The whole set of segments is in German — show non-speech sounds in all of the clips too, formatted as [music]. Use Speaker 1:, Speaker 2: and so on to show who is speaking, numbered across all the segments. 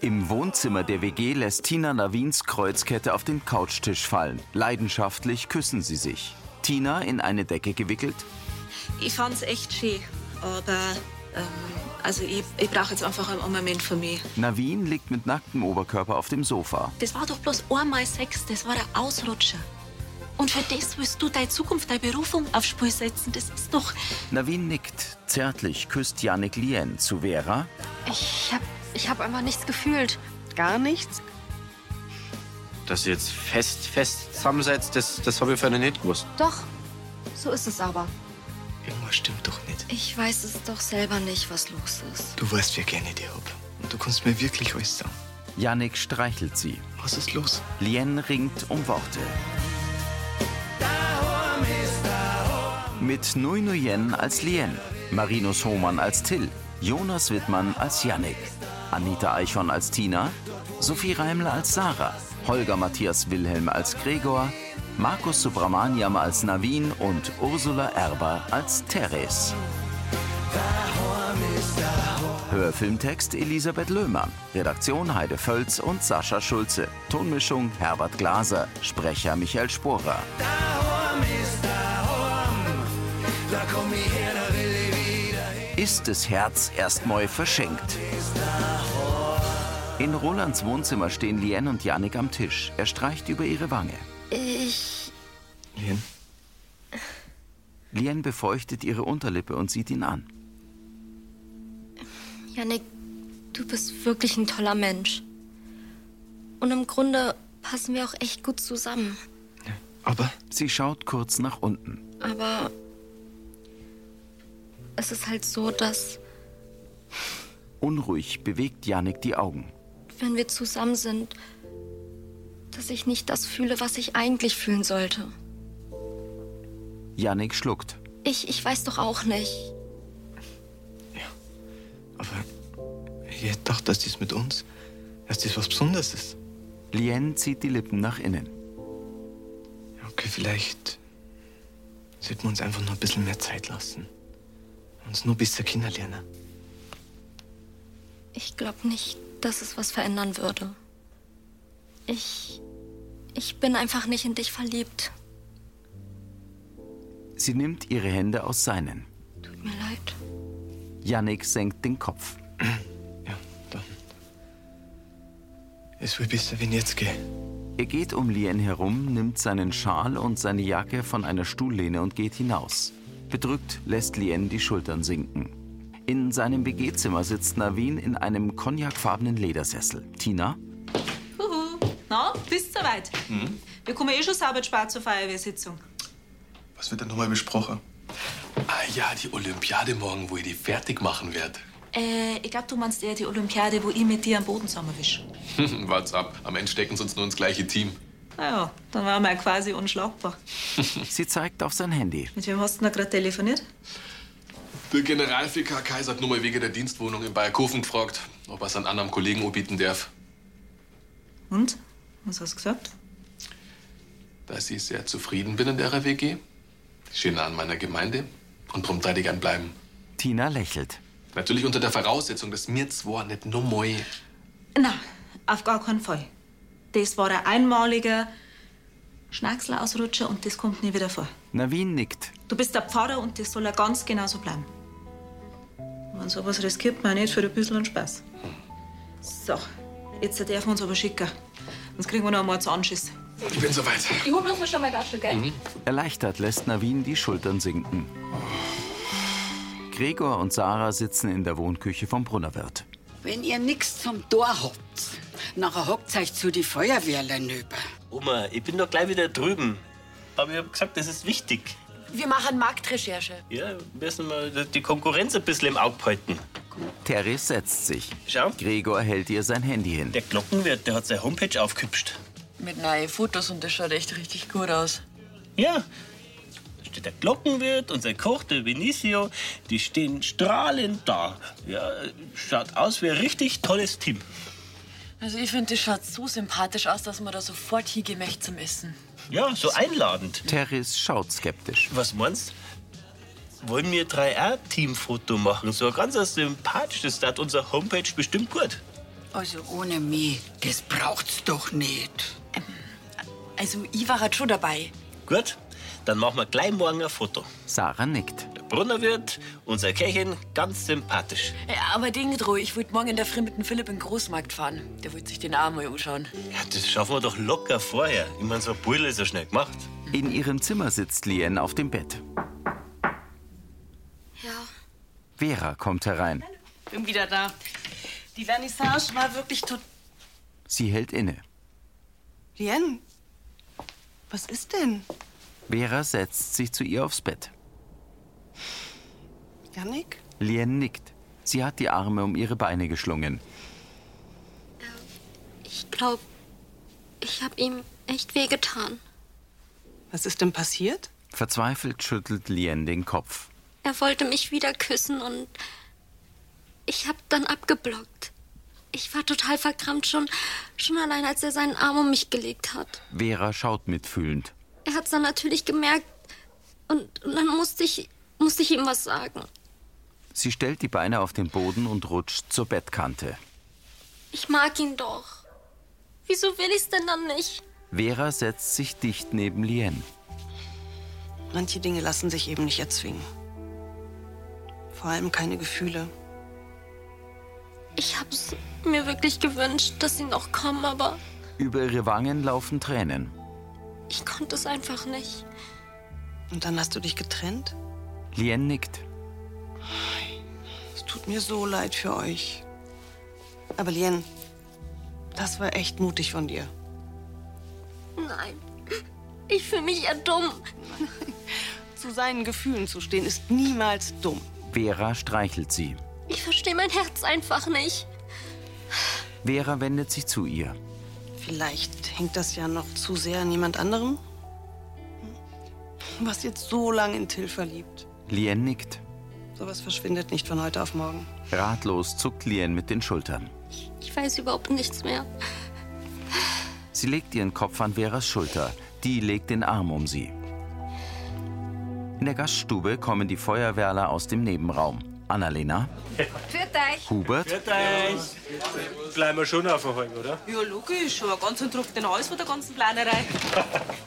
Speaker 1: Im Wohnzimmer der WG lässt Tina Navins Kreuzkette auf den Couchtisch fallen. Leidenschaftlich küssen sie sich. Tina in eine Decke gewickelt.
Speaker 2: Ich fand's echt schön, aber ähm, also ich, ich brauche jetzt einfach einen Moment für mich.
Speaker 1: Navin liegt mit nacktem Oberkörper auf dem Sofa.
Speaker 2: Das war doch bloß einmal Sex, das war ein Ausrutscher. Und für das willst du deine Zukunft, deine Berufung aufs Spiel setzen, das ist doch...
Speaker 1: Navin nickt. Zärtlich küsst Janik Lien zu Vera.
Speaker 3: Ich hab, ich hab einfach nichts gefühlt.
Speaker 4: Gar nichts?
Speaker 5: Dass ihr jetzt fest, fest zusammensetzt, das, das habe ich vorher nicht gewusst.
Speaker 3: Doch, so ist es aber.
Speaker 6: Irgendwas stimmt doch nicht.
Speaker 3: Ich weiß es doch selber nicht, was los ist.
Speaker 6: Du weißt, wie gerne ich dich hab. Und du kannst mir wirklich alles sagen.
Speaker 1: Janik streichelt sie.
Speaker 6: Was ist los?
Speaker 1: Lien ringt um Worte. Mit Nui Nuyen als Lien, Marinus Hohmann als Till, Jonas Wittmann als Yannick, Anita Eichhorn als Tina, Sophie Reimler als Sarah, Holger Matthias Wilhelm als Gregor, Markus Subramaniam als Navin und Ursula Erber als Teres. Hörfilmtext Elisabeth Löhmann, Redaktion Heide Völz und Sascha Schulze, Tonmischung Herbert Glaser, Sprecher Michael Sporer. Ist das Herz erstmal verschenkt. In Rolands Wohnzimmer stehen Lien und Janik am Tisch. Er streicht über ihre Wange.
Speaker 3: Ich.
Speaker 6: Lien,
Speaker 1: Lien befeuchtet ihre Unterlippe und sieht ihn an.
Speaker 3: Janik, du bist wirklich ein toller Mensch. Und im Grunde passen wir auch echt gut zusammen.
Speaker 6: aber
Speaker 1: Sie schaut kurz nach unten.
Speaker 3: Aber. Es ist halt so, dass,
Speaker 1: Unruhig bewegt Janik die Augen.
Speaker 3: wenn wir zusammen sind, dass ich nicht das fühle, was ich eigentlich fühlen sollte.
Speaker 1: Janik schluckt.
Speaker 3: Ich, ich weiß doch auch nicht.
Speaker 6: Aber ich hätte gedacht, dass das mit uns, dass das was Besonderes ist.
Speaker 1: Lien zieht die Lippen nach innen.
Speaker 6: Ja, Okay, vielleicht sollten wir uns einfach noch ein bisschen mehr Zeit lassen. Uns nur besser kennenlernen.
Speaker 3: Ich glaube nicht, dass es was verändern würde. Ich. Ich bin einfach nicht in dich verliebt.
Speaker 1: Sie nimmt ihre Hände aus seinen.
Speaker 3: Tut mir leid.
Speaker 1: Janik senkt den Kopf.
Speaker 6: Ja, dann. Es wird besser, wenn ich jetzt gehe.
Speaker 1: Er geht um Lien herum, nimmt seinen Schal und seine Jacke von einer Stuhllehne und geht hinaus. Bedrückt lässt Lien die Schultern sinken. In seinem WG-Zimmer sitzt Navin in einem cognacfarbenen Ledersessel. Tina?
Speaker 2: Huhu. Na, bist soweit.
Speaker 6: Hm?
Speaker 2: Wir kommen eh schon sauber spät zur Feuerwehrsitzung.
Speaker 7: Was wird denn nochmal besprochen?
Speaker 8: Ah ja, die Olympiade morgen, wo ihr die fertig machen werdet.
Speaker 2: Äh, ich glaube, du meinst eher die Olympiade, wo ich mit dir am Boden zusammenwisch.
Speaker 8: [laughs] Wart's ab, am Ende stecken sie uns nur ins gleiche Team. [laughs]
Speaker 2: Naja, dann waren wir ja quasi unschlagbar.
Speaker 1: Sie zeigt auf sein Handy.
Speaker 2: Mit wem hast du denn da gerade telefoniert?
Speaker 8: Der Generalvikar Kaiser hat nur mal wegen der Dienstwohnung in Bayerkofen gefragt, ob er es an anderen Kollegen anbieten darf.
Speaker 2: Und? Was hast du gesagt?
Speaker 8: Dass ich sehr zufrieden bin in der WG, schön an meiner Gemeinde und drum da die gern bleiben.
Speaker 1: Tina lächelt.
Speaker 8: Natürlich unter der Voraussetzung, dass mir zwar nicht nur moi.
Speaker 2: Na, auf gar keinen Fall. Das war ein einmaliger Schnackselausrutscher und das kommt nie wieder vor.
Speaker 1: Navin nickt.
Speaker 2: Du bist der Pfarrer und das soll er ganz genauso bleiben. Man sowas riskiert man nicht für ein bisschen Spaß. So, jetzt dürfen wir uns aber schicken. Sonst kriegen wir noch einmal zu Anschiss.
Speaker 8: Ich bin soweit.
Speaker 3: Ich hol bloß mal schon mal dafür, gell?
Speaker 1: Mhm. Erleichtert lässt Navin die Schultern sinken. Gregor und Sarah sitzen in der Wohnküche vom Brunnerwirt.
Speaker 9: Wenn ihr nix zum Tor habt, nachher hockt euch zu die Feuerwehrlein über.
Speaker 10: Oma, ich bin doch gleich wieder drüben. Aber ich hab gesagt, das ist wichtig.
Speaker 11: Wir machen Marktrecherche.
Speaker 10: Ja, müssen wir die Konkurrenz ein bisschen im Auge behalten.
Speaker 1: Teres setzt sich.
Speaker 10: Schau.
Speaker 1: Gregor hält ihr sein Handy hin.
Speaker 10: Der Glockenwirt, der hat seine Homepage aufgehübscht.
Speaker 11: Mit neuen Fotos und das schaut echt richtig gut aus.
Speaker 10: Ja. Da steht der Glockenwirt und sein Koch, der Vinicio, die stehen strahlend da. Ja, schaut aus wie ein richtig tolles Team.
Speaker 11: Also ich finde, das schaut so sympathisch aus, dass man da sofort hingehen möchte zum Essen.
Speaker 10: Ja, so einladend.
Speaker 1: Teres schaut skeptisch.
Speaker 10: Was meinst Wollen wir 3R-Teamfoto machen? So ein ganz sympathisches, da hat unsere Homepage bestimmt gut.
Speaker 9: Also ohne mich, das braucht's doch nicht.
Speaker 11: Also, ich war halt schon dabei.
Speaker 10: Gut, dann machen wir gleich morgen ein Foto.
Speaker 1: Sarah nickt.
Speaker 10: Der Brunnerwirt, unser Köchin, ganz sympathisch.
Speaker 11: Ja, aber Ding droh, ich wollte morgen in der Früh mit dem Philipp in den Großmarkt fahren. Der wollte sich den Arm mal anschauen.
Speaker 10: Ja, das schaffen wir doch locker vorher. Ich meine, so ein Pudel ist ja schnell gemacht.
Speaker 1: In ihrem Zimmer sitzt Lien auf dem Bett.
Speaker 3: Ja.
Speaker 1: Vera kommt herein.
Speaker 4: Bin wieder da. Die Vernissage war wirklich tot.
Speaker 1: Sie hält inne.
Speaker 4: Rien, was ist denn?
Speaker 1: Vera setzt sich zu ihr aufs Bett.
Speaker 4: Janik?
Speaker 1: Lien nickt. Sie hat die Arme um ihre Beine geschlungen.
Speaker 3: Ich glaube, ich habe ihm echt wehgetan.
Speaker 4: Was ist denn passiert?
Speaker 1: Verzweifelt schüttelt Lien den Kopf.
Speaker 3: Er wollte mich wieder küssen und ich habe dann abgeblockt. Ich war total verkrampft schon, schon allein, als er seinen Arm um mich gelegt hat.
Speaker 1: Vera schaut mitfühlend.
Speaker 3: Er hat's dann natürlich gemerkt und, und dann musste ich, musste ich ihm was sagen.
Speaker 1: Sie stellt die Beine auf den Boden und rutscht zur Bettkante.
Speaker 3: Ich mag ihn doch. Wieso will ich's denn dann nicht?
Speaker 1: Vera setzt sich dicht neben Lien.
Speaker 4: Manche Dinge lassen sich eben nicht erzwingen. Vor allem keine Gefühle.
Speaker 3: Ich hab's mir wirklich gewünscht, dass sie noch kommen, aber
Speaker 1: Über ihre Wangen laufen Tränen.
Speaker 3: ich konnte es einfach nicht.
Speaker 4: Und dann hast du dich getrennt?
Speaker 1: Lien nickt.
Speaker 4: Es tut mir so leid für euch. Aber Lien, das war echt mutig von dir.
Speaker 3: Nein. Ich fühle mich ja dumm.
Speaker 4: Zu seinen Gefühlen zu stehen ist niemals dumm.
Speaker 1: Vera streichelt sie.
Speaker 3: Ich verstehe mein Herz einfach nicht.
Speaker 1: Vera wendet sich zu ihr.
Speaker 4: Vielleicht hängt das ja noch zu sehr an jemand anderem. Du warst jetzt so lange in Till verliebt.
Speaker 1: Lien nickt.
Speaker 4: Sowas verschwindet nicht von heute auf morgen.
Speaker 1: Ratlos zuckt Lien mit den Schultern.
Speaker 3: Ich weiß überhaupt nichts mehr.
Speaker 1: Sie legt ihren Kopf an Veras Schulter. Die legt den Arm um sie. In der Gaststube kommen die Feuerwehrler aus dem Nebenraum. Annalena,
Speaker 12: Für dich.
Speaker 1: Hubert,
Speaker 13: Bleiben wir schon auf heute, oder?
Speaker 12: Ja, logisch, aber ganz und trupp den Hals von der ganzen Planerei.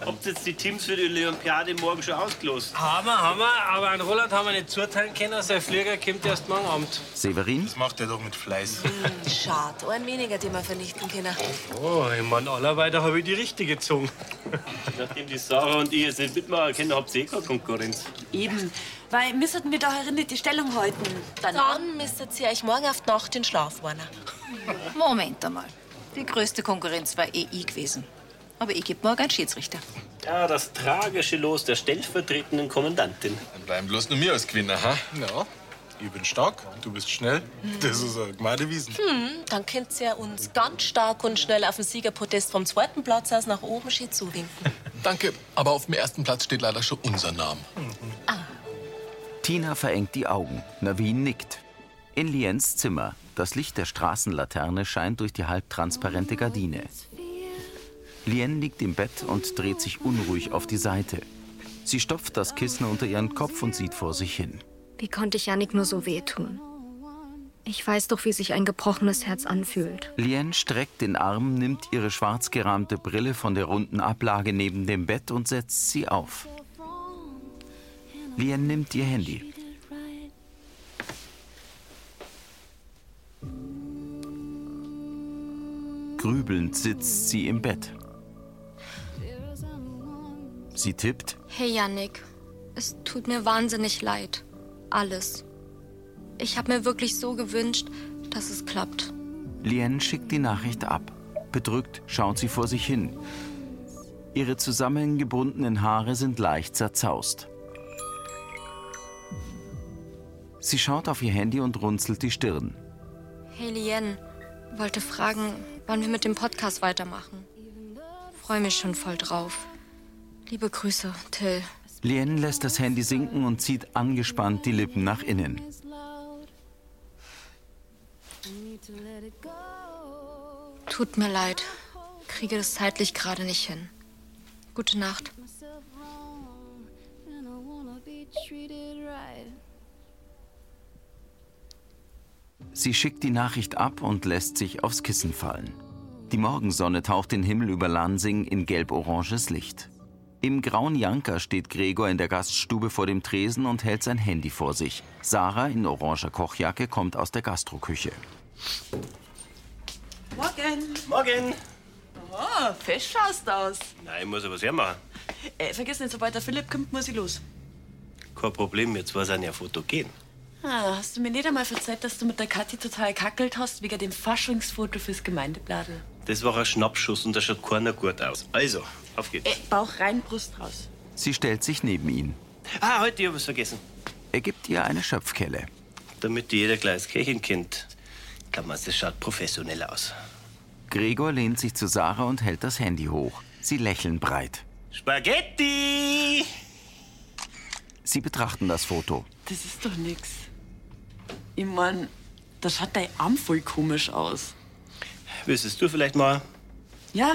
Speaker 10: Habt ihr jetzt die Teams für die Olympiade morgen schon ausgelost?
Speaker 13: Hammer, Hammer, aber an Roland haben wir nicht zuteilen können. Sein Flieger kommt erst morgen Abend.
Speaker 1: Severin.
Speaker 13: Das macht er doch mit
Speaker 8: [laughs]
Speaker 13: Fleiß.
Speaker 11: Schade, ein weniger, den wir vernichten können.
Speaker 13: Oh, ich mein, allerweiter habe ich die richtige gezogen.
Speaker 10: Nachdem die Sarah und ich jetzt nicht mitmachen können, habt ihr eh keine Konkurrenz.
Speaker 11: Eben, weil müsstet wir doch erinnert die Stellung halten. Dann, Dann müsstet ihr euch morgen auf die Nacht in Schlaf warnen.
Speaker 12: Moment einmal. Die größte Konkurrenz war eh ich gewesen. Aber ich geb morgen einen Schiedsrichter.
Speaker 10: Ja, das tragische Los der stellvertretenden Kommandantin.
Speaker 8: Dann bleiben bloß nur mir als Gewinner, ha? Ja. Ich bin stark, du bist schnell. Das ist eine gemeine Wiesen.
Speaker 14: Hm, dann könnt ihr uns ganz stark und schnell auf den Siegerprotest vom zweiten Platz aus nach oben schön zuwinken.
Speaker 8: Danke, aber auf dem ersten Platz steht leider schon unser Name.
Speaker 1: Tina verengt die Augen. Navin nickt. In Liens Zimmer. Das Licht der Straßenlaterne scheint durch die halbtransparente Gardine. Lien liegt im Bett und dreht sich unruhig auf die Seite. Sie stopft das Kissen unter ihren Kopf und sieht vor sich hin.
Speaker 3: Wie konnte ich Janik nur so wehtun? Ich weiß doch, wie sich ein gebrochenes Herz anfühlt.
Speaker 1: Lien streckt den Arm, nimmt ihre schwarz gerahmte Brille von der runden Ablage neben dem Bett und setzt sie auf. Lien nimmt ihr Handy. Grübelnd sitzt sie im Bett. Sie tippt,
Speaker 3: Hey Yannick, es tut mir wahnsinnig leid. Alles. Ich habe mir wirklich so gewünscht, dass es klappt.
Speaker 1: Lien schickt die Nachricht ab. Bedrückt schaut sie vor sich hin. Ihre zusammengebundenen Haare sind leicht zerzaust. Sie schaut auf ihr Handy und runzelt die Stirn.
Speaker 3: Hey Lien, wollte fragen, wann wir mit dem Podcast weitermachen. Freue mich schon voll drauf. Liebe Grüße, Till.
Speaker 1: Lien lässt das Handy sinken und zieht angespannt die Lippen nach innen.
Speaker 3: Tut mir leid. Kriege das zeitlich gerade nicht hin. Gute Nacht.
Speaker 1: Sie schickt die Nachricht ab und lässt sich aufs Kissen fallen. Die Morgensonne taucht den Himmel über Lansing in gelb-oranges Licht. Im grauen Janker steht Gregor in der Gaststube vor dem Tresen und hält sein Handy vor sich. Sarah in oranger Kochjacke kommt aus der Gastroküche.
Speaker 2: Morgen.
Speaker 10: Morgen.
Speaker 11: Oh, fest schaust aus.
Speaker 10: Nein, ich muss aber was machen.
Speaker 11: Äh, vergiss nicht, sobald der Philipp kommt, muss ich los.
Speaker 10: Kein Problem, wir zwei sind ja fotogen.
Speaker 11: Ah, hast du mir nicht einmal verzeiht, dass du mit der Kathi total kackelt hast wegen dem Faschingsfoto fürs Gemeindebladen?
Speaker 10: Das war ein Schnappschuss und da schaut keiner gut aus. Also, auf geht's.
Speaker 11: Äh, Bauch rein, Brust raus.
Speaker 1: Sie stellt sich neben ihn.
Speaker 10: Ah, heute habe ich was vergessen.
Speaker 1: Er gibt ihr eine Schöpfkelle.
Speaker 10: Damit jeder gleich Kirchen kennt, kann man das schaut professionell aus.
Speaker 1: Gregor lehnt sich zu Sarah und hält das Handy hoch. Sie lächeln breit.
Speaker 10: Spaghetti!
Speaker 1: Sie betrachten das Foto.
Speaker 11: Das ist doch nix. Ich mein, da schaut dein Arm voll komisch aus.
Speaker 10: Wüsstest du vielleicht mal?
Speaker 11: Ja?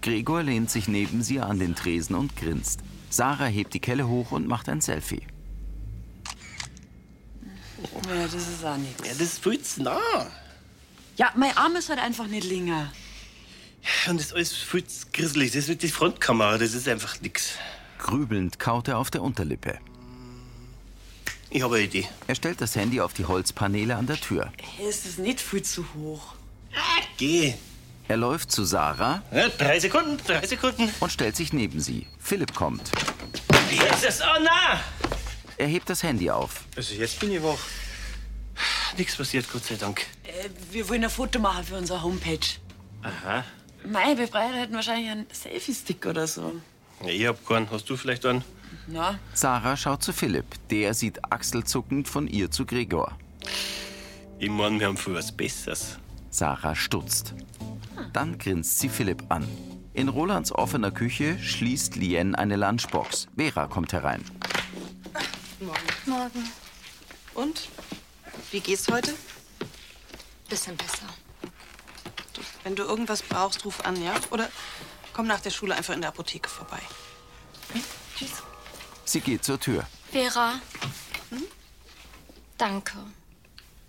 Speaker 1: Gregor lehnt sich neben sie an den Tresen und grinst. Sarah hebt die Kelle hoch und macht ein Selfie.
Speaker 11: Ja, das ist auch nix.
Speaker 10: Oh. Ja, das fühlt nah.
Speaker 11: Ja, mein Arm ist halt einfach nicht länger.
Speaker 10: Und das alles fühlt grisselig. Das mit der Frontkamera, das ist einfach nix.
Speaker 1: Grübelnd kaut er auf der Unterlippe.
Speaker 10: Ich habe eine Idee.
Speaker 1: Er stellt das Handy auf die Holzpaneele an der Tür.
Speaker 11: Hey, ist das nicht viel zu hoch?
Speaker 10: Geh.
Speaker 1: Er läuft zu Sarah.
Speaker 10: drei Sekunden, drei Sekunden.
Speaker 1: Und stellt sich neben sie. Philipp kommt.
Speaker 10: Jetzt ist oh na!
Speaker 1: Er hebt das Handy auf.
Speaker 10: Also jetzt bin ich wach. Nichts passiert, Gott sei Dank.
Speaker 11: Äh, wir wollen ein Foto machen für unsere Homepage.
Speaker 10: Aha.
Speaker 11: Mei, wir brauchen halt wahrscheinlich einen Selfie-Stick oder so.
Speaker 10: Ja, ich hab keinen. Hast du vielleicht einen?
Speaker 11: Na?
Speaker 1: Sarah schaut zu Philipp. Der sieht achselzuckend von ihr zu Gregor.
Speaker 10: Ich mein, wir haben für was Besseres.
Speaker 1: Sarah stutzt. Dann grinst sie Philipp an. In Rolands offener Küche schließt Lien eine Lunchbox. Vera kommt herein.
Speaker 4: Morgen. Und? Wie geht's heute?
Speaker 3: Bisschen besser.
Speaker 4: Wenn du irgendwas brauchst, ruf an, ja? Oder komm nach der Schule einfach in der Apotheke vorbei. Hm?
Speaker 1: Sie geht zur Tür.
Speaker 3: Vera, Hm? danke,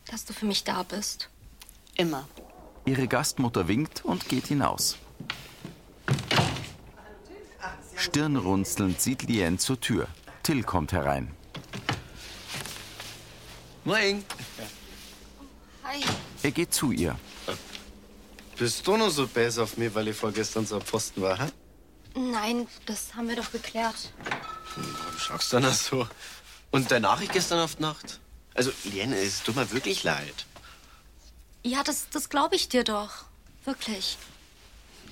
Speaker 3: dass du für mich da bist.
Speaker 4: Immer.
Speaker 1: Ihre Gastmutter winkt und geht hinaus. Stirnrunzelnd sieht Lien zur Tür. Till kommt herein.
Speaker 5: Moin.
Speaker 3: Hi.
Speaker 1: Er geht zu ihr.
Speaker 5: Bist du nur so bäse auf mich, weil ich vorgestern so am Pfosten war, hä?
Speaker 3: Nein, das haben wir doch geklärt.
Speaker 5: Hm, Warum schaust du denn das so? Und deine Nachricht gestern auf die Nacht? Also, Lene, es tut mir wirklich leid.
Speaker 3: Ja, das, das glaube ich dir doch. Wirklich.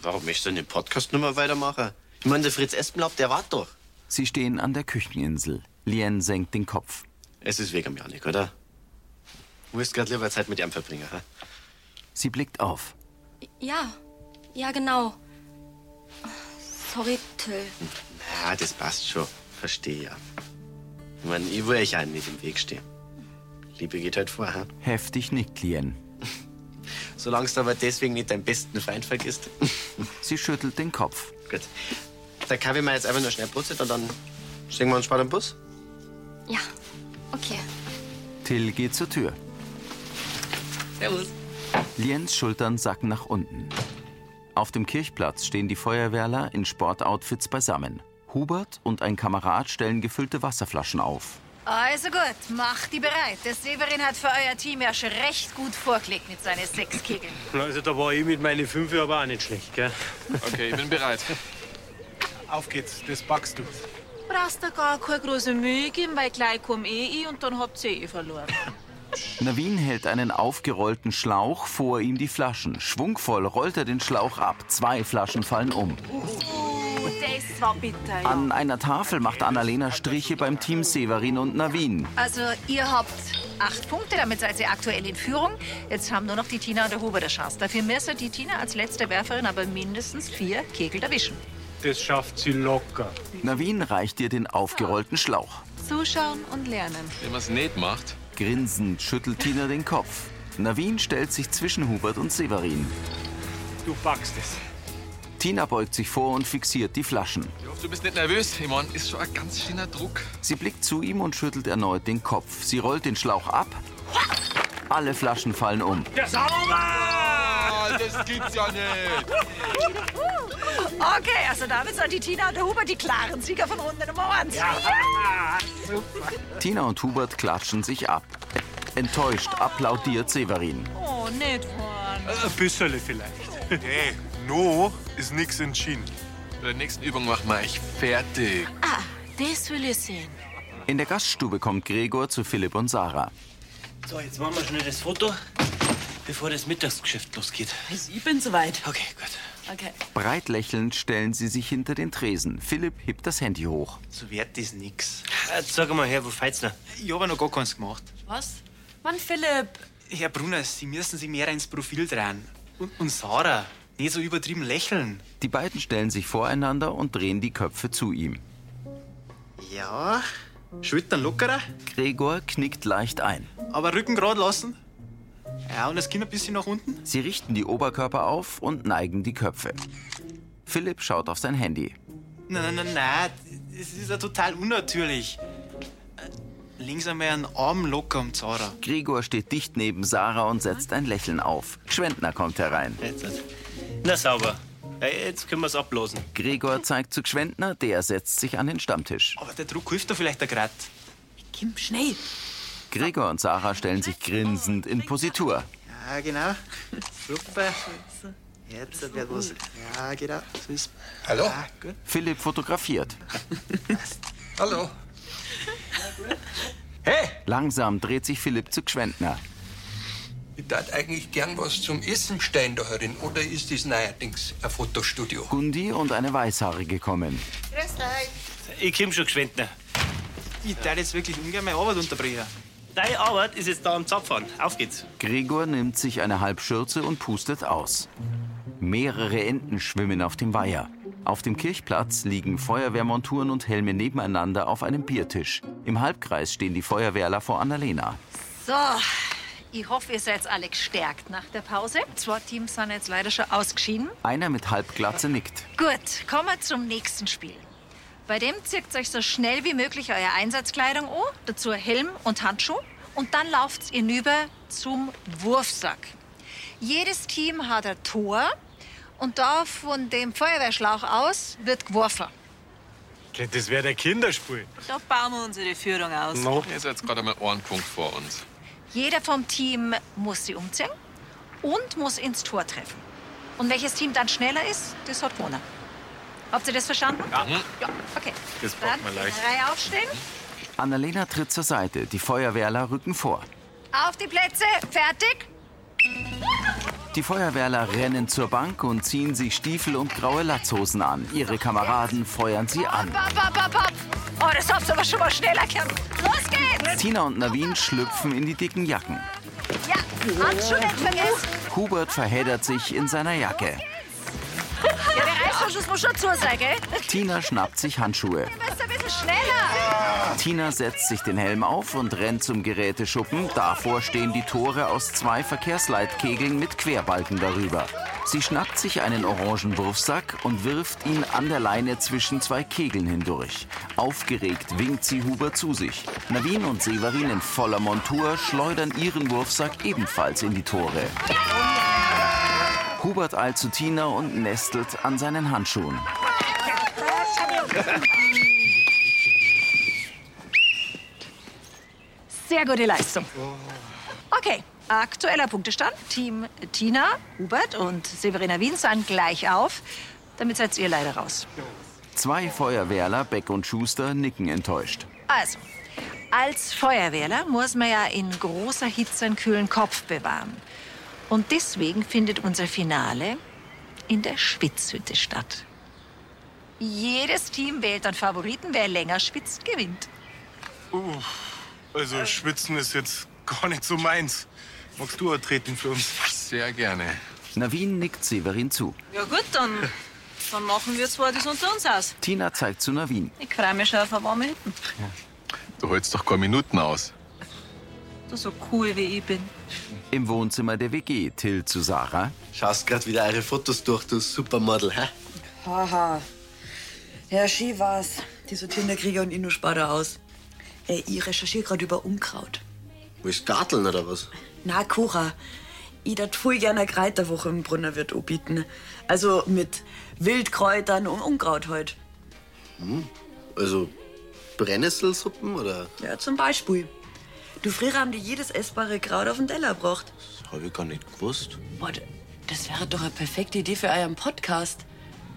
Speaker 5: Warum möchtest du den Podcast nicht mehr weitermachen? Ich meine, der Fritz Espenlaub, der wart doch.
Speaker 1: Sie stehen an der Kücheninsel. Lien senkt den Kopf.
Speaker 5: Es ist wegen mir nicht, oder? Du musst gerade lieber Zeit mit ihm verbringen, hä?
Speaker 1: Sie blickt auf.
Speaker 3: Ja, ja, genau. Sorry, Till.
Speaker 5: Ja, das passt schon. Verstehe ja. Ich meine, ich will euch einen nicht im Weg stehen. Liebe geht halt vor, hä?
Speaker 1: Heftig nickt Lien.
Speaker 5: Solange du aber deswegen nicht deinen besten Feind vergisst. [laughs]
Speaker 1: Sie schüttelt den Kopf.
Speaker 5: Gut. Da kann ich mir jetzt einfach nur schnell putzen und dann steigen wir uns spät im Bus.
Speaker 3: Ja, okay.
Speaker 1: Till geht zur Tür.
Speaker 4: Servus.
Speaker 1: Liens Schultern sacken nach unten. Auf dem Kirchplatz stehen die Feuerwehrler in Sportoutfits beisammen. Hubert und ein Kamerad stellen gefüllte Wasserflaschen auf.
Speaker 12: Also gut, macht die bereit. Der Severin hat für euer Team ja schon recht gut vorgelegt mit seinen sechs Kegeln.
Speaker 13: Also da war ich mit meinen fünf aber auch nicht schlecht, gell?
Speaker 8: Okay, ich bin
Speaker 15: [laughs]
Speaker 8: bereit. Auf geht's, das packst du.
Speaker 2: Brauchst dir gar keine große Mühe geben, weil gleich komm eh ich und dann habt ihr eh verloren.
Speaker 1: Navin hält einen aufgerollten Schlauch vor ihm die Flaschen. Schwungvoll rollt er den Schlauch ab. Zwei Flaschen fallen um.
Speaker 11: Das war bitter.
Speaker 1: An einer Tafel macht Annalena Striche beim Team Severin und Navin.
Speaker 12: Also ihr habt acht Punkte, damit seid ihr aktuell in Führung. Jetzt haben nur noch die Tina und der Huber der Chance. Dafür müsste die Tina als letzte Werferin aber mindestens vier Kegel erwischen.
Speaker 13: Das schafft sie locker.
Speaker 1: Navin reicht ihr den aufgerollten Schlauch.
Speaker 2: Zuschauen und lernen.
Speaker 8: Wenn man's nicht macht,
Speaker 1: Grinsend schüttelt Tina den Kopf. Navin stellt sich zwischen Hubert und Severin.
Speaker 13: Du packst es.
Speaker 1: Tina beugt sich vor und fixiert die Flaschen.
Speaker 8: ich hoffe, du bist nicht nervös. Ich mein, ist schon ein ganz schöner Druck.
Speaker 1: Sie blickt zu ihm und schüttelt erneut den Kopf. Sie rollt den Schlauch ab Alle Flaschen fallen um.
Speaker 13: Der
Speaker 8: Ah,
Speaker 13: Sauber!
Speaker 15: Das gibt's ja nicht.
Speaker 12: Okay, also damit sind die Tina und der Huber die klaren Sieger von Runde Nummer 1.
Speaker 1: Tina und Hubert klatschen sich ab. Enttäuscht applaudiert Severin.
Speaker 12: Oh, nicht wahr.
Speaker 8: Äh,
Speaker 13: Ein bisschen vielleicht.
Speaker 15: Hey, no ist nix entschieden.
Speaker 8: Bei der nächsten Übung machen wir euch fertig.
Speaker 11: Ah, das will ich sehen.
Speaker 1: In der Gaststube kommt Gregor zu Philipp und Sarah.
Speaker 10: So, jetzt machen wir schnell das Foto, bevor das Mittagsgeschäft losgeht.
Speaker 16: Also, Ich bin soweit.
Speaker 10: Okay, gut.
Speaker 16: Okay.
Speaker 1: Breit lächelnd stellen sie sich hinter den Tresen. Philipp hebt das Handy hoch.
Speaker 10: So wert ist nix. Jetzt Äh, sag mal her, wo feit's noch?
Speaker 17: Ich habe noch gar keins gemacht.
Speaker 16: Was? Mann, Philipp.
Speaker 17: Herr Brunner, Sie müssen sich mehr ins Profil drehen. Und, und Sarah, nicht so übertrieben lächeln.
Speaker 1: Die beiden stellen sich voreinander und drehen die Köpfe zu ihm.
Speaker 17: Ja, Schultern lockerer,
Speaker 1: Gregor knickt leicht ein.
Speaker 17: aber Rücken gerade lassen. Ja, und das Kinn ein bisschen nach unten.
Speaker 1: Sie richten die Oberkörper auf und neigen die Köpfe. Philipp schaut auf sein Handy.
Speaker 17: Nein, nein, nein, nein, es ist ja total unnatürlich. Äh, Links einmal einen Arm locker um am Zara.
Speaker 1: Gregor steht dicht neben Sarah und setzt ein Lächeln auf. Gschwendner kommt herein.
Speaker 10: Na, sauber. Ja, Jetzt können wir's ablosen.
Speaker 1: Gregor zeigt zu Gschwendner, der setzt sich an den Stammtisch.
Speaker 17: Aber der Druck hilft da vielleicht gerade.
Speaker 16: Kim, schnell.
Speaker 1: Gregor und Sarah stellen sich grinsend in Positur.
Speaker 17: Ja, genau. Super. Jetzt wird los. Ja, genau. So ist
Speaker 1: Hallo? Philipp
Speaker 17: [laughs]
Speaker 1: fotografiert.
Speaker 17: Hallo.
Speaker 1: Hey! Langsam dreht sich Philipp zu Gschwendner.
Speaker 18: Ich tat eigentlich gern was zum Essen stehen da herin. Oder ist das neuerdings ein Fotostudio?
Speaker 1: Gundi und eine Weißhaarige kommen.
Speaker 17: Grüß
Speaker 10: Ich komm schon ne? geschwendner.
Speaker 17: Ich darf jetzt wirklich ungern meine Arbeit unterbrechen.
Speaker 10: Deine Arbeit ist jetzt da am Zapfhahn. Auf geht's.
Speaker 1: Gregor nimmt sich eine Halbschürze und pustet aus. Mehrere Enten schwimmen auf dem Weiher. Auf dem Kirchplatz liegen Feuerwehrmonturen und Helme nebeneinander auf einem Biertisch. Im Halbkreis stehen die Feuerwehrler vor Annalena.
Speaker 12: So, ich hoffe, ihr seid alle gestärkt nach der Pause. Zwei Teams sind jetzt leider schon ausgeschieden.
Speaker 1: Einer mit Halbglatze nickt.
Speaker 12: Gut, kommen wir zum nächsten Spiel. Bei dem zieht euch so schnell wie möglich eure Einsatzkleidung an, dazu Helm und Handschuh und dann lauft ihr hinüber zum Wurfsack. Jedes Team hat ein Tor und da von dem Feuerwehrschlauch aus wird geworfen.
Speaker 13: Das wäre der Kinderspiel.
Speaker 12: Da bauen wir unsere Führung aus.
Speaker 8: Ihr seid gerade einmal Ohrenpunkt vor uns.
Speaker 12: Jeder vom Team muss sie umziehen und muss ins Tor treffen. Und welches Team dann schneller ist, das hat gewonnen. Habt ihr das verstanden? Ja. ja okay.
Speaker 1: Das
Speaker 12: Dann
Speaker 1: braucht man leicht.
Speaker 12: in der Reihe aufstehen.
Speaker 1: Annalena tritt zur Seite. Die Feuerwehrler rücken vor.
Speaker 12: Auf die Plätze. Fertig.
Speaker 1: Die Feuerwehrler rennen zur Bank und ziehen sich Stiefel und graue Latzhosen an. Ihre Kameraden feuern sie an.
Speaker 12: Bap, bap, bap, bap. Oh, das habt ihr aber schon mal schneller gehabt. Los geht's.
Speaker 1: Tina und Navin schlüpfen in die dicken Jacken.
Speaker 12: Ja, Handschuhe nicht vergessen.
Speaker 1: Oh. Hubert verheddert sich in seiner Jacke.
Speaker 12: Ja, der Reißverschluss muss schon zu sein, gell?
Speaker 1: Tina schnappt sich Handschuhe.
Speaker 12: Ihr müsst ein bisschen schneller.
Speaker 1: Tina setzt sich den Helm auf und rennt zum Geräteschuppen. Davor stehen die Tore aus zwei Verkehrsleitkegeln mit Querbalken darüber. Sie schnappt sich einen orangen Wurfsack und wirft ihn an der Leine zwischen zwei Kegeln hindurch. Aufgeregt winkt sie Huber zu sich. Navin und Severin in voller Montur schleudern ihren Wurfsack ebenfalls in die Tore. Hubert eilt zu Tina und nestelt an seinen Handschuhen.
Speaker 12: Sehr gute Leistung. Okay, aktueller Punktestand. Team Tina, Hubert und Severina Wien sind gleich auf. Damit seid ihr leider raus.
Speaker 1: Zwei Feuerwehrler, Beck und Schuster, nicken enttäuscht.
Speaker 12: Also, als Feuerwehrler muss man ja in großer Hitze einen kühlen Kopf bewahren. Und deswegen findet unser Finale in der Schwitzhütte statt. Jedes Team wählt einen Favoriten. Wer länger schwitzt, gewinnt.
Speaker 15: Uff.
Speaker 8: Äh.
Speaker 15: Also, schwitzen ist jetzt gar nicht so meins. Magst du antreten für uns?
Speaker 8: Sehr gerne.
Speaker 1: Navin nickt Severin zu.
Speaker 2: Ja gut, dann, dann machen wir zwar das unter uns aus.
Speaker 1: Tina zeigt zu Navin.
Speaker 2: Ich freue mich schon auf eine warme Hütten.
Speaker 8: Du holst doch keine Minuten aus.
Speaker 2: Du so cool wie ich bin.
Speaker 1: Im Wohnzimmer der WG, Till zu Sarah.
Speaker 5: Schaust grad wieder eure Fotos durch, du Supermodel, hä?
Speaker 19: Haha. Ja, Ski war's. Die Sortierkrieger und Inno spart er aus. Ey, ich recherchiere gerade über Unkraut.
Speaker 5: Willst du garteln oder was?
Speaker 19: Na, Cora, ich dat voll gerne Kräuterwoche im Brunnerwirt anbieten. Also mit Wildkräutern und Unkraut heute.
Speaker 5: Hm. Also Brennnesselsuppen oder?
Speaker 19: Ja, zum Beispiel. Du, früher haben die jedes essbare Kraut auf den Teller gebracht.
Speaker 5: Das habe ich gar nicht gewusst.
Speaker 16: Boah, d- das wäre doch eine perfekte Idee für euren Podcast.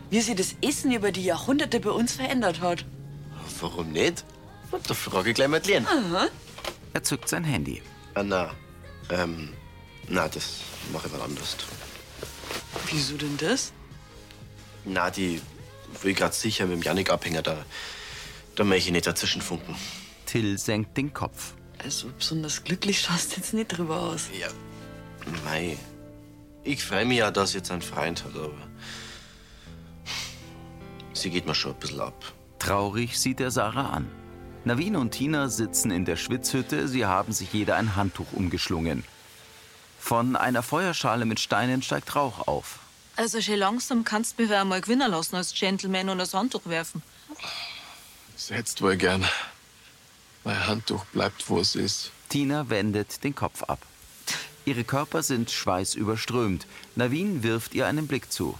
Speaker 16: Wie sie das Essen über die Jahrhunderte bei uns verändert hat.
Speaker 5: Warum nicht? Und da frage ich gleich mal Lien.
Speaker 16: Aha.
Speaker 1: Er zückt sein Handy.
Speaker 5: Anna, Ah, ähm, na, das mache ich mal anders.
Speaker 19: Wieso denn das?
Speaker 5: Na, die will grad sicher mit dem Janik abhängen, da, da möchte ich nicht dazwischen funken.
Speaker 1: Till senkt den Kopf.
Speaker 19: Also besonders glücklich schaust jetzt nicht drüber aus.
Speaker 5: Ja. Nein. Ich freue mich ja, dass sie jetzt einen Freund hat, aber sie geht mir schon ein bisschen ab.
Speaker 1: Traurig sieht er Sarah an. Navin und Tina sitzen in der Schwitzhütte, sie haben sich jeder ein Handtuch umgeschlungen. Von einer Feuerschale mit Steinen steigt Rauch auf.
Speaker 2: Also schon langsam kannst du mich wer einmal gewinnen lassen als Gentleman und das Handtuch werfen.
Speaker 8: Das hättest wohl gern. Mein Handtuch bleibt, wo es ist.
Speaker 1: Tina wendet den Kopf ab. Ihre Körper sind schweißüberströmt. Navin wirft ihr einen Blick zu.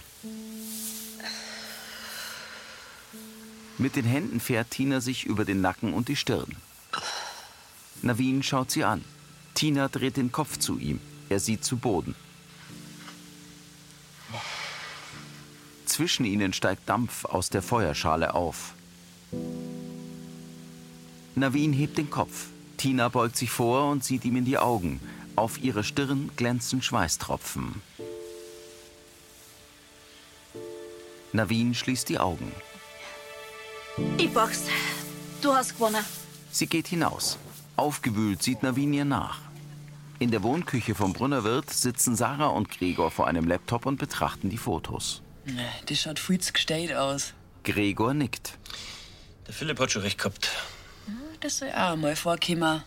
Speaker 1: Mit den Händen fährt Tina sich über den Nacken und die Stirn. Navin schaut sie an. Tina dreht den Kopf zu ihm. Er sieht zu Boden. Zwischen ihnen steigt Dampf aus der Feuerschale auf. Navin hebt den Kopf. Tina beugt sich vor und sieht ihm in die Augen. Auf ihrer Stirn glänzen Schweißtropfen. Navin schließt die Augen.
Speaker 11: Ich box. Du hast gewonnen.
Speaker 1: Sie geht hinaus. Aufgewühlt sieht Navin ihr nach. In der Wohnküche vom Brunnerwirt sitzen Sarah und Gregor vor einem Laptop und betrachten die Fotos.
Speaker 16: Das schaut viel zu gestellt aus.
Speaker 1: Gregor nickt.
Speaker 10: Der Philipp hat schon recht gehabt.
Speaker 16: Ah, Das soll auch mal vorkommen.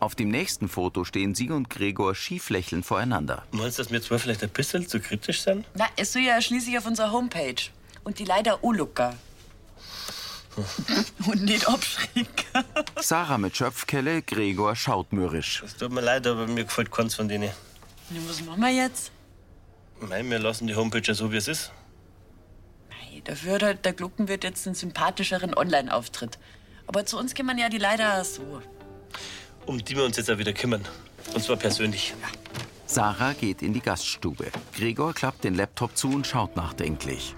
Speaker 1: Auf dem nächsten Foto stehen sie und Gregor schief lächelnd voreinander.
Speaker 10: Meinst du, dass wir zwei vielleicht ein bisschen zu kritisch sind?
Speaker 16: Na, es soll ja schließlich auf unserer Homepage. Und die leider Ulucker. Und nicht abschrecken.
Speaker 1: Sarah mit Schöpfkelle, Gregor schaut mürrisch.
Speaker 10: Es tut mir leid, aber mir gefällt keins von denen.
Speaker 16: Was machen wir jetzt?
Speaker 10: Nein, wir lassen die Homepage ja so, wie es ist.
Speaker 16: Hey, Dafür hat halt der Gluckenwirt jetzt einen sympathischeren Online-Auftritt. Aber zu uns kann man ja die leider so.
Speaker 10: Um die wir uns jetzt auch wieder kümmern. Und zwar persönlich.
Speaker 1: Sarah geht in die Gaststube. Gregor klappt den Laptop zu und schaut nachdenklich.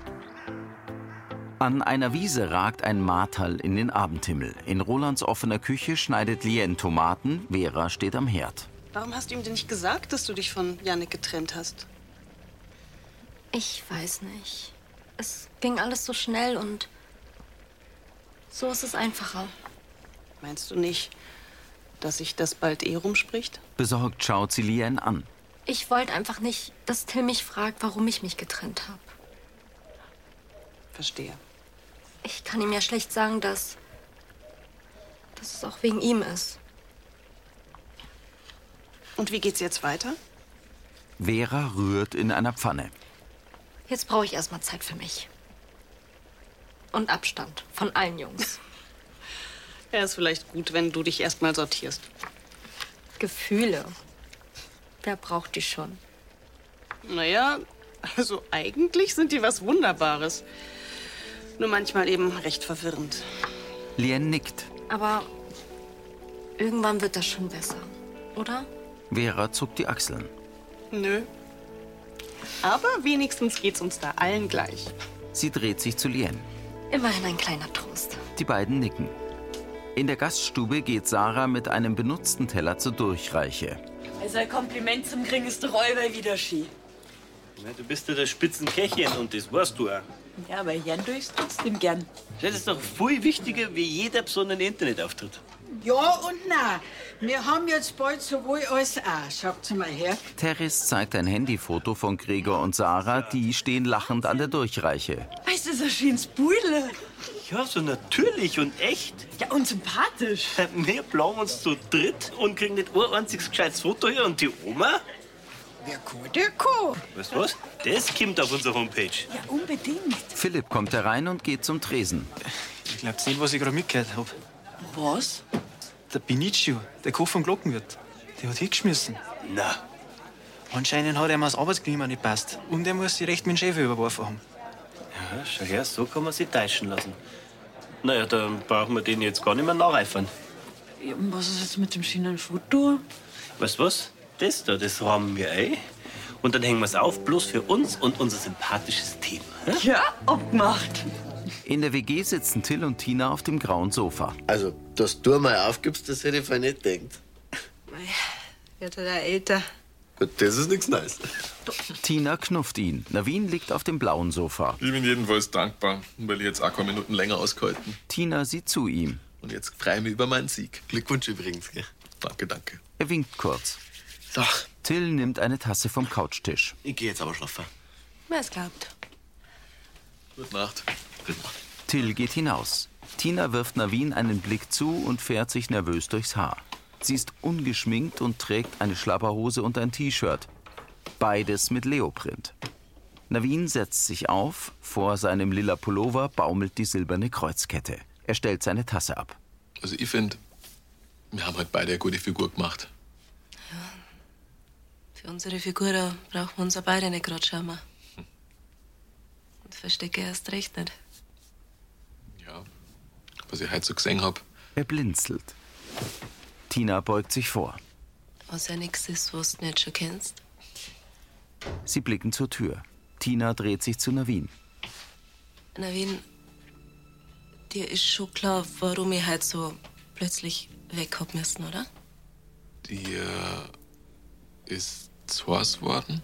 Speaker 1: An einer Wiese ragt ein Martal in den Abendhimmel. In Rolands offener Küche schneidet Lien Tomaten, Vera steht am Herd.
Speaker 4: Warum hast du ihm denn nicht gesagt, dass du dich von Janik getrennt hast?
Speaker 3: Ich weiß nicht. Es ging alles so schnell und so ist es einfacher.
Speaker 4: Meinst du nicht, dass sich das bald eh rumspricht?
Speaker 1: Besorgt schaut sie Lien an.
Speaker 3: Ich wollte einfach nicht, dass Till mich fragt, warum ich mich getrennt habe.
Speaker 4: Verstehe.
Speaker 3: Ich kann ihm ja schlecht sagen, dass, dass es auch wegen ihm ist.
Speaker 4: Und wie geht's jetzt weiter?
Speaker 1: Vera rührt in einer Pfanne.
Speaker 3: Jetzt brauche ich erstmal Zeit für mich. Und Abstand von allen
Speaker 4: [laughs]
Speaker 3: Jungs.
Speaker 4: Ja, ist vielleicht gut, wenn du dich erstmal sortierst.
Speaker 3: Gefühle. Wer braucht die schon?
Speaker 4: Naja, also eigentlich sind die was Wunderbares. Nur manchmal eben recht verwirrend.
Speaker 1: Lien nickt.
Speaker 3: Aber irgendwann wird das schon besser, oder?
Speaker 1: Vera zuckt die Achseln.
Speaker 4: Nö. Aber wenigstens geht's uns da allen gleich.
Speaker 1: Sie dreht sich zu Lien.
Speaker 3: Immerhin ein kleiner Trost.
Speaker 1: Die beiden nicken. In der Gaststube geht Sarah mit einem benutzten Teller zur Durchreiche.
Speaker 16: Also ein Kompliment zum Kriegen ist doch allweil wieder schön.
Speaker 10: Na, du bist ja das Spitzenkächchen und das weißt du auch.
Speaker 16: Ja, aber Jan durchs trotzdem gern.
Speaker 10: Das ist doch viel wichtiger wie jeder besondere Internetauftritt.
Speaker 20: Ja und nein. Wir haben jetzt bald sowohl als auch. Schaut's mal her.
Speaker 1: Teres zeigt ein Handyfoto von Gregor und Sarah, die stehen lachend an der Durchreiche.
Speaker 16: Weißt du, so schönes Buhle.
Speaker 10: Ja, so natürlich und echt. Äh,
Speaker 16: Ja, und sympathisch.
Speaker 10: Wir blauen uns zu dritt und kriegen nicht ein einziges gescheites Foto hier und die Oma?
Speaker 20: Wer kann, der kann.
Speaker 10: Weißt du was? Das kommt auf unsere Homepage.
Speaker 20: Ja, unbedingt.
Speaker 1: Philipp kommt herein und geht zum Tresen.
Speaker 17: Ich glaub's nicht, was ich gerade mitgehört hab.
Speaker 16: Was?
Speaker 17: Der Benicio, der Koch vom Glockenwirt, der hat hingeschmissen. Na. Anscheinend hat ihm das Arbeitsklima nicht passt. Und er muss sich recht mit dem Chef überworfen haben.
Speaker 10: Ja, schau her, so kann man sich täuschen lassen. Naja, dann brauchen wir den jetzt gar nicht mehr nacheifern.
Speaker 16: Ja, und Was ist jetzt mit dem Schienenfoto?
Speaker 10: Weißt du was? Das da, das rahmen wir ein. Und dann hängen wir es auf, bloß für uns und unser sympathisches Team.
Speaker 16: Ja, obgemacht.
Speaker 1: In der WG sitzen Till und Tina auf dem grauen Sofa.
Speaker 5: Also, dass du mal aufgibst, das hätte ich vorher nicht gedacht.
Speaker 2: Wird er da älter?
Speaker 5: Gut, das ist nichts Neues.
Speaker 1: Tina knufft ihn. Navin liegt auf dem blauen Sofa.
Speaker 8: Ich bin jedenfalls dankbar, weil ich jetzt auch keine Minuten länger ausgehalten.
Speaker 1: Tina sieht zu ihm.
Speaker 8: Und jetzt freue ich mich über meinen Sieg. Glückwunsch übrigens, gell? Danke, danke.
Speaker 1: Er winkt kurz.
Speaker 5: Doch.
Speaker 1: Till nimmt eine Tasse vom Couchtisch.
Speaker 5: Ich gehe jetzt aber schlafen.
Speaker 11: Wer es glaubt.
Speaker 8: Gute Nacht.
Speaker 1: Till geht hinaus. Tina wirft Navin einen Blick zu und fährt sich nervös durchs Haar. Sie ist ungeschminkt und trägt eine Schlapperhose und ein T-Shirt. Beides mit Leoprint. Navin setzt sich auf, vor seinem lila Pullover baumelt die silberne Kreuzkette. Er stellt seine Tasse ab.
Speaker 8: Also, ich finde, wir haben halt beide eine gute Figur gemacht.
Speaker 14: Für unsere Figur da brauchen wir uns ja beide nicht gerade schämen. Und verstecke erst recht nicht.
Speaker 8: Was ich heute so gesehen habe.
Speaker 1: Er blinzelt. Tina beugt sich vor.
Speaker 14: Was ja nichts ist, was du nicht schon kennst.
Speaker 1: Sie blicken zur Tür. Tina dreht sich zu Navin.
Speaker 14: Navin, dir ist schon klar, warum ich halt so plötzlich weg hab müssen, oder?
Speaker 8: Dir äh, ist zuwas worden?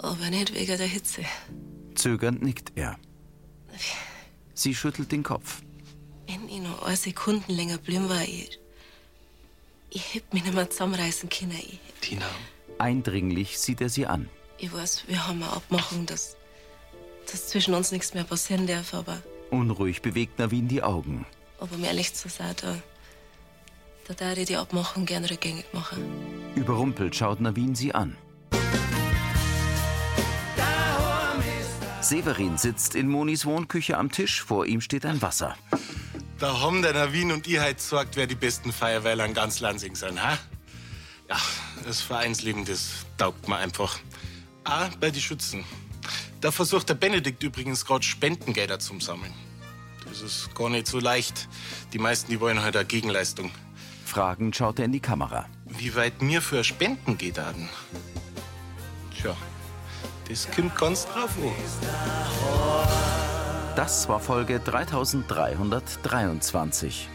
Speaker 14: Aber nicht wegen der Hitze.
Speaker 1: Zögernd nickt er. Sie schüttelt den Kopf.
Speaker 14: Wenn ich noch eine Sekunde länger blieben war, ich, ich hätte mich nicht mehr zusammenreißen können. Ich,
Speaker 1: Tina. Eindringlich sieht er sie an.
Speaker 14: ich weiß, wir haben eine Abmachung, dass, dass zwischen uns nichts mehr passieren darf, aber,
Speaker 1: Unruhig bewegt Navin die Augen.
Speaker 14: aber um ehrlich zu sein, da, da würde ich die Abmachung gerne rückgängig machen.
Speaker 1: Überrumpelt schaut Navin sie an. Severin sitzt in Monis Wohnküche am Tisch, vor ihm steht ein Wasser.
Speaker 15: Da haben der Navin und ihr halt sorgt, wer die besten Feuerwehrler in ganz Lansing sind, ha? Ja, das Vereinsleben, das taugt mir einfach. Ah, bei die Schützen. Da versucht der Benedikt übrigens gerade Spendengelder zum Sammeln. Das ist gar nicht so leicht. Die meisten, die wollen halt eine Gegenleistung.
Speaker 1: Fragend schaut er in die Kamera.
Speaker 15: Wie weit mir für Spenden geht an? Tja, das kommt ganz drauf an.
Speaker 1: Das war Folge 3323.